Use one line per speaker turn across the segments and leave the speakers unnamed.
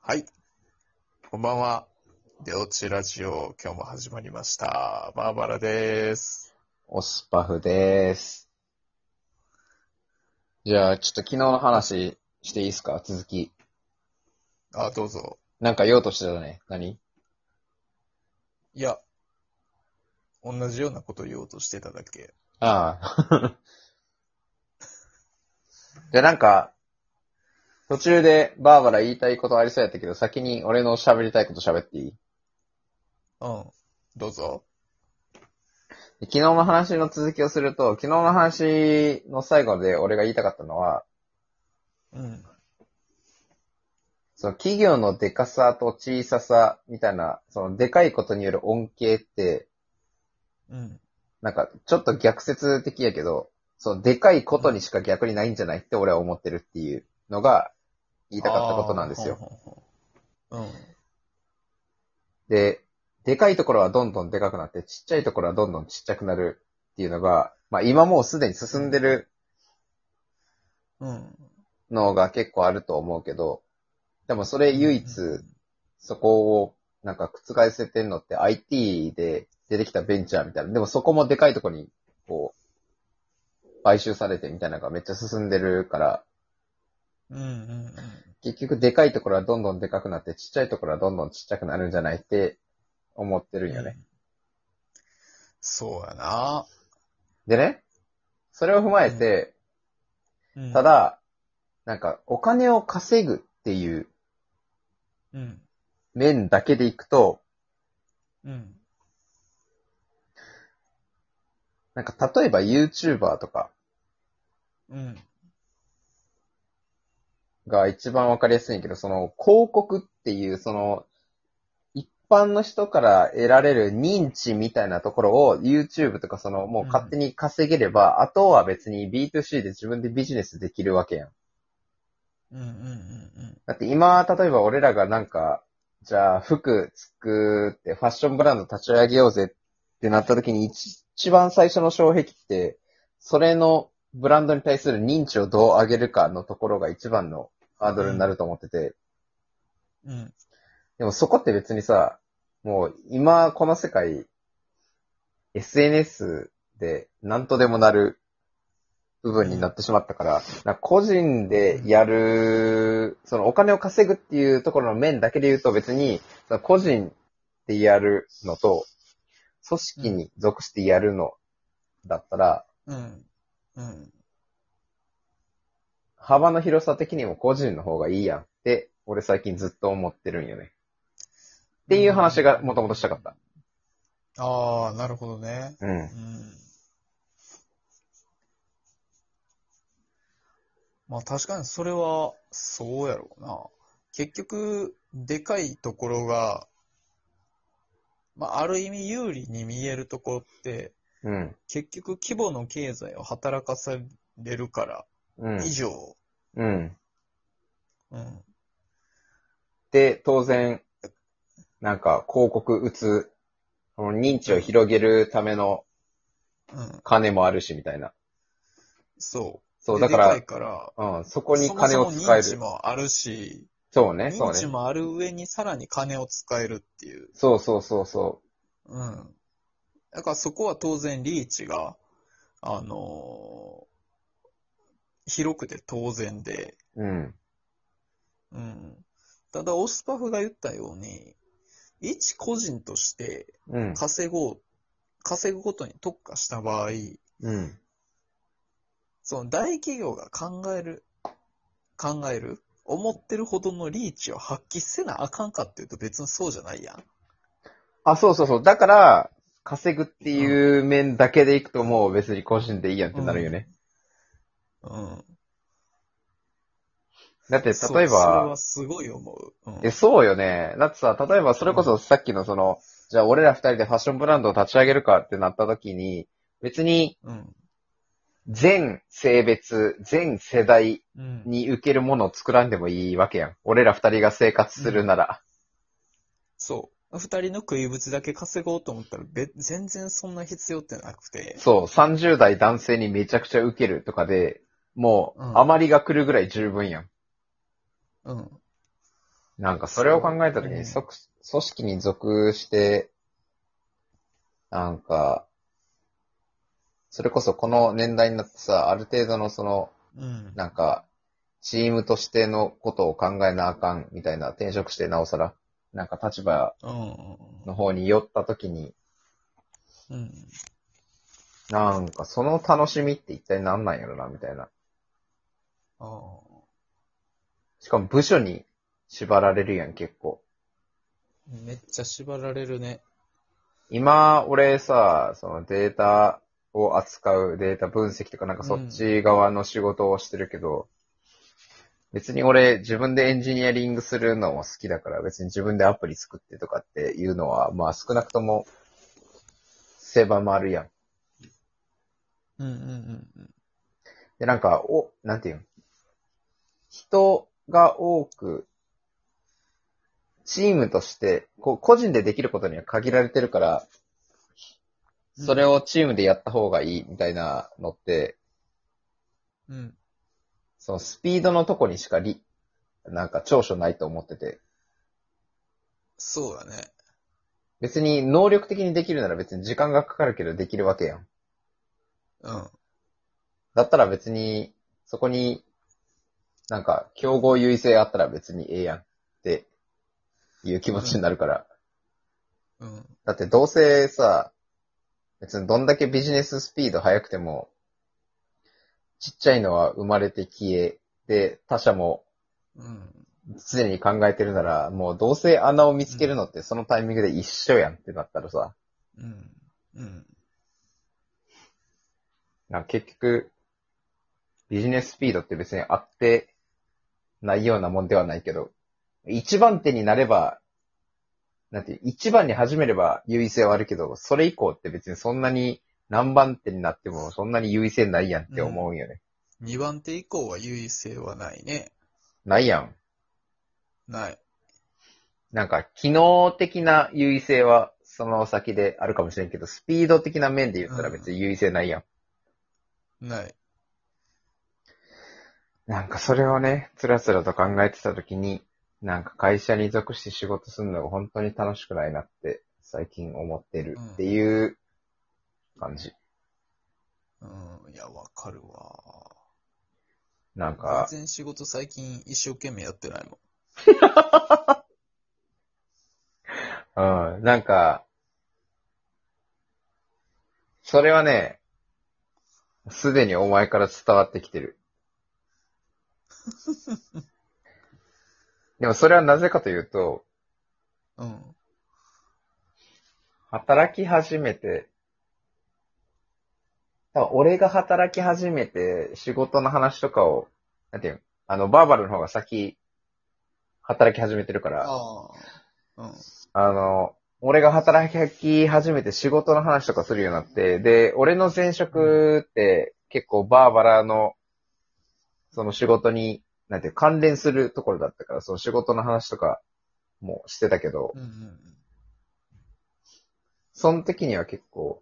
はい。こんばんは。出落ちラジオ、今日も始まりました。バーバラです。
オスパフです。じゃあ、ちょっと昨日の話していいですか続き。
あ、どうぞ。
なんか言おうとしてたね。何
いや、同じようなこと言おうとしてただけ。
ああ。 じゃあなんか、途中でバーバラ言いたいことありそうやったけど、先に俺の喋りたいこと喋っていい
うん。どうぞ。
昨日の話の続きをすると、昨日の話の最後で俺が言いたかったのは、
うん。
その企業のでかさと小ささみたいな、そのでかいことによる恩恵って、
うん。
なんか、ちょっと逆説的やけど、そのでかいことにしか逆にないんじゃないって俺は思ってるっていうのが言いたかったことなんですよ。
あー。ほんほんほん
で、でかいところはどんどんでかくなって、ちっちゃいところはどんどんちっちゃくなるっていうのが、まあ今もうすでに進んでる
うん。うん。
のが結構あると思うけど、でもそれ唯一そこをなんか覆せてんのって IT で出てきたベンチャーみたいな。でもそこもでかいところにこう、買収されてみたいなのがめっちゃ進んでるから、
うんうん
結局でかいところはどんどんでかくなって、ちっちゃいところはどんどんちっちゃくなるんじゃないって思って
うん。
るんよね。。
そうやな。
でね、それを踏まえて、
うん
た、だ、なんかお金を稼ぐっていう
うん。
面だけでいくと、
うん。
なんか例えば YouTuber とか
うん。
が一番わかりやすいんやけど、その広告っていうその、一般の人から得られる認知みたいなところを YouTube とかそのもう勝手に稼げれば、あとは別に B2C で自分でビジネスできるわけやん。
うんうんうん
だって今、例えば俺らがなんか、じゃあ服作ってファッションブランド立ち上げようぜってなった時に一一番最初の障壁って、それのブランドに対する認知をどう上げるかのところが一番のハードルになると思ってて、
うん。うん。
でもそこって別にさ、もう今この世界、SNS で何とでもなる部分になってしまったから、なんか個人でやる、そのお金を稼ぐっていうところの面だけで言うと別に、その個人でやるのと、組織に属してやるのだったら、
うん。うん。
幅の広さ的にも個人の方がいいやんって、俺最近ずっと思ってるんよね。っていう話がもともとしたかった。
ああ、なるほどね。
うん
うんまあ確かにそれはそうやろうな。結局、でかいところが、まあある意味有利に見えるところって、
うん。
結局規模の経済を働かされるから
うん。
以上。
うん。
うん。
で、当然、なんか広告打つ、その認知を広げるための
うん。
金もあるし、みたいな。
そう。
そう、
で
だか
で
ら、
かいから、
うん、そこに金を
そもそ
使
も認
える。
知もあるし、
そうね、そ
認
う
知
ね。
もある上にさらに金を使えるっていう。
そうそうそうそ
うん。だからそこは当然リーチが、あのー広くて当然で、
う。うん。
うん。ただ、オスパフが言ったように、一個人として
うん。
稼ごう、稼ぐことに特化した場合、
うん。
その大企業が考える、考える、思ってるほどのリーチを発揮せなあかんかっていうと別にそうじゃないやん。
あ、そうそうそう。だから、稼ぐっていう面だけでいくともう別に個人でいいやんってなるよね。
うん。
だって、
そう
例え
それ
ば
は、すごい思う。うん
え、そうよね。だってさ、例えばそれこそさっきのその、じゃあ俺ら二人でファッションブランドを立ち上げるかってなった時に、別に
うん。
全性別、全世代
うん。
に受けるものを作らんでもいいわけやん。俺ら二人が生活するなら。
そう。二人の食い物だけ稼ごうと思ったら、べ全然そんな必要ってなくて。
そう、30代男性にめちゃくちゃ受けるとかで、も
う
う、
ん
余りが来るぐらい十分やん。
うん。
なんかそれを考えたときに、そく組織に属して、なんか、それこそこの年代になってさ、ある程度のその、
うん。
なんか、チームとしてのことを考えなあかんみたいな、転職してなおさら、なんか立場
うん。
の方に寄ったときに、
うん。
なんかその楽しみって一体何なんやろな、みたいな。
ああ。
しかも部署に縛られるやん、結構。
めっちゃ縛られるね。
今、俺さ、そのデータを扱うデータ分析とかなんかそっち側の仕事をしてるけど、別に俺自分でエンジニアリングするのも好きだから別に自分でアプリ作ってとかっていうのは、まあ少なくとも狭まるやん。
うんうんうんうん。
で、なんか、お、なんていうん人が多く、チームとして、こう、個人でできることには限られてるから、それをチームでやった方がいいみたいなのって、
うん。
そのスピードのとこにしかり、なんか長所ないと思ってて、
そうだね。
別に能力的にできるなら別に時間がかかるけどできるわけやん。
うん。
だったら別に、そこに、なんか、競合優位性あったら別にええやんっていう気持ちになるから。
うん。
だってどうせさ、別にどんだけビジネススピード速くても、ちっちゃいのは生まれて消え、で、他者も
うん。
常に考えてるなら、もうどうせ穴を見つけるのってそのタイミングで一緒やんってなったらさ、
うん。うん。
なんか結局、ビジネススピードって別にあってないようなもんではないけど、一番手になれば、なんていう、一番に始めれば優位性はあるけど、それ以降って別にそんなに何番手になってもそんなに優位性ないやんって思うんよね。
2番手以降は優位性はないね。
ないやん。
ない。
なんか、機能的な優位性はその先であるかもしれんけど、スピード的な面で言ったら別に優位性ないやん
ない。
なんかそれをね、つらつらと考えてた時に、なんか会社に属して仕事するのが本当に楽しくないなって最近思ってるっていう感じ。
うん。いや、わかるわ。
なんか、
全然仕事最近一生懸命やってないもん。
うん、なんか、それはね、すでにお前から伝わってきてる。でもそれはなぜかというと、
うん。
働き始めて、多分俺が働き始めて仕事の話とかを、なんていうのあの、バーバルの方が先、働き始めてるから、あ
ああ。うん。
の、俺が働き始めて仕事の話とかするようになって、で、俺の前職って結構バーバラの、その仕事に、なんていう関連するところだったから、その仕事の話とかもしてたけど、
うんうん
その時には結構、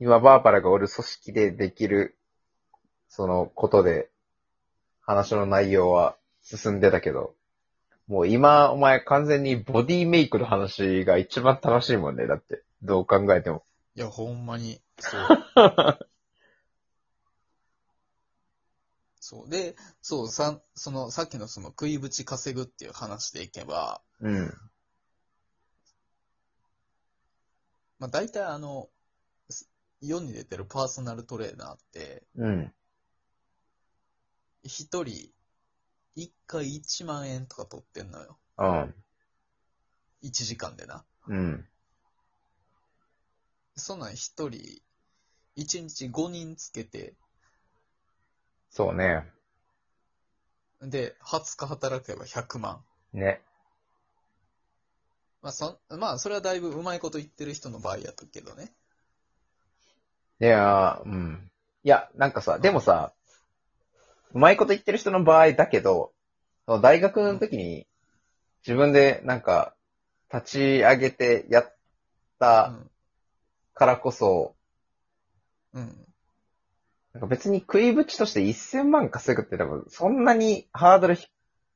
今バーバラがおる組織でできる、そのことで、話の内容は進んでたけど、もう今、お前完全にボディメイクの話が一番楽しいもんね、だって。どう考えても。
いや、ほんまに。そう。そう。で、そう、さ、その、さっきのその食いぶち稼ぐっていう話でいけば、
うん。
まあ大体あの、す世に出てるパーソナルトレーナーって、
うん。
一人、一回一万円とか取ってんのよ。
うん。
一時間でな。
うん。
そんなん一人、一日五人つけて、
そうね。
で、20日働けば100万。
ね。
まあ、そん、まあ、それはだいぶうまいこと言ってる人の場合やったけどね。
いやー、うん。いや、なんかさ、でもさ、うまいこと言ってる人の場合だけど、その大学の時に、自分でなんか、立ち上げてやっ
う
た
ん。
からこそ、
うん。
なんか別に食いぶちとして1000万稼ぐって多分、そんなにハードルひ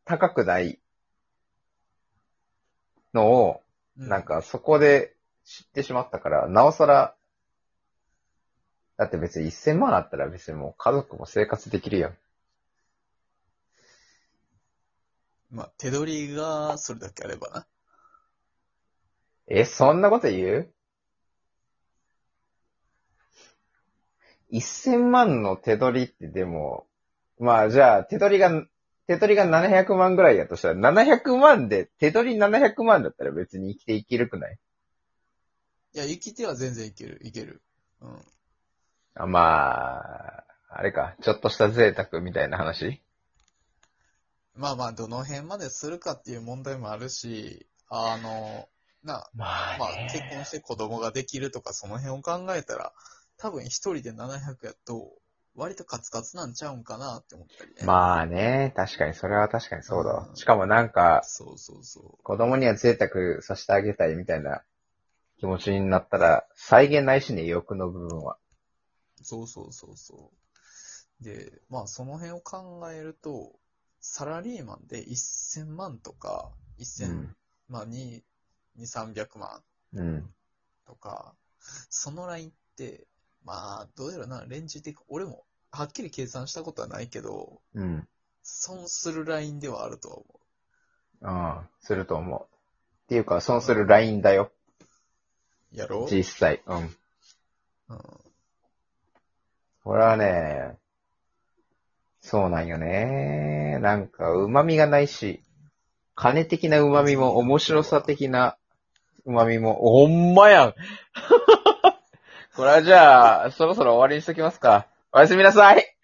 高くないのを、
う
なん、かそこで知ってしまったから、なおさら、だって別に1000万あったら別にもう家族も生活できるやん。
まあ、手取りがそれだけあればな。
え、そんなこと言う ?1000 万の手取りってでも、まあじゃあ手取りが、手取りが700万ぐらいやとしたら、700万で、手取り700万だったら別に生きていけるくない
いや、生きては全然いける、いける。うん。
あまあ、あれか、ちょっとした贅沢みたいな話
まあまあ、どの辺までするかっていう問題もあるし、あの、な、
ま
まあ、結婚して子供ができるとか、その辺を考えたら、多分一人で700やと、割とカツカツなんちゃうんかなって思ったりね。
まあね、確かに、それは確かにそうだわ
う。ん
しかもなんか、
そうそうそ
子供には贅沢させてあげたいみたいな気持ちになったら、再現ないしね、欲の部分は。
う。そうそうそうそう。で、まあ、その辺を考えると、サラリーマンで1000万とか、1000、
うん
まあ、2、2、300万
うん。
とか、そのラインって、まあ、どうやらな、レンジ的、俺も、はっきり計算したことはないけど、
うん。
損するラインではあるとは思う。
うん。すると思う。っていうか、損するラインだよ。
やろ
実際。うん。
うん。
これはね、そうなんよね。なんか、旨味がないし、金的な旨味も、面白さ的な旨味も、ほんまやんこれはじゃあ、そろそろ終わりにしときますか。おやすみなさい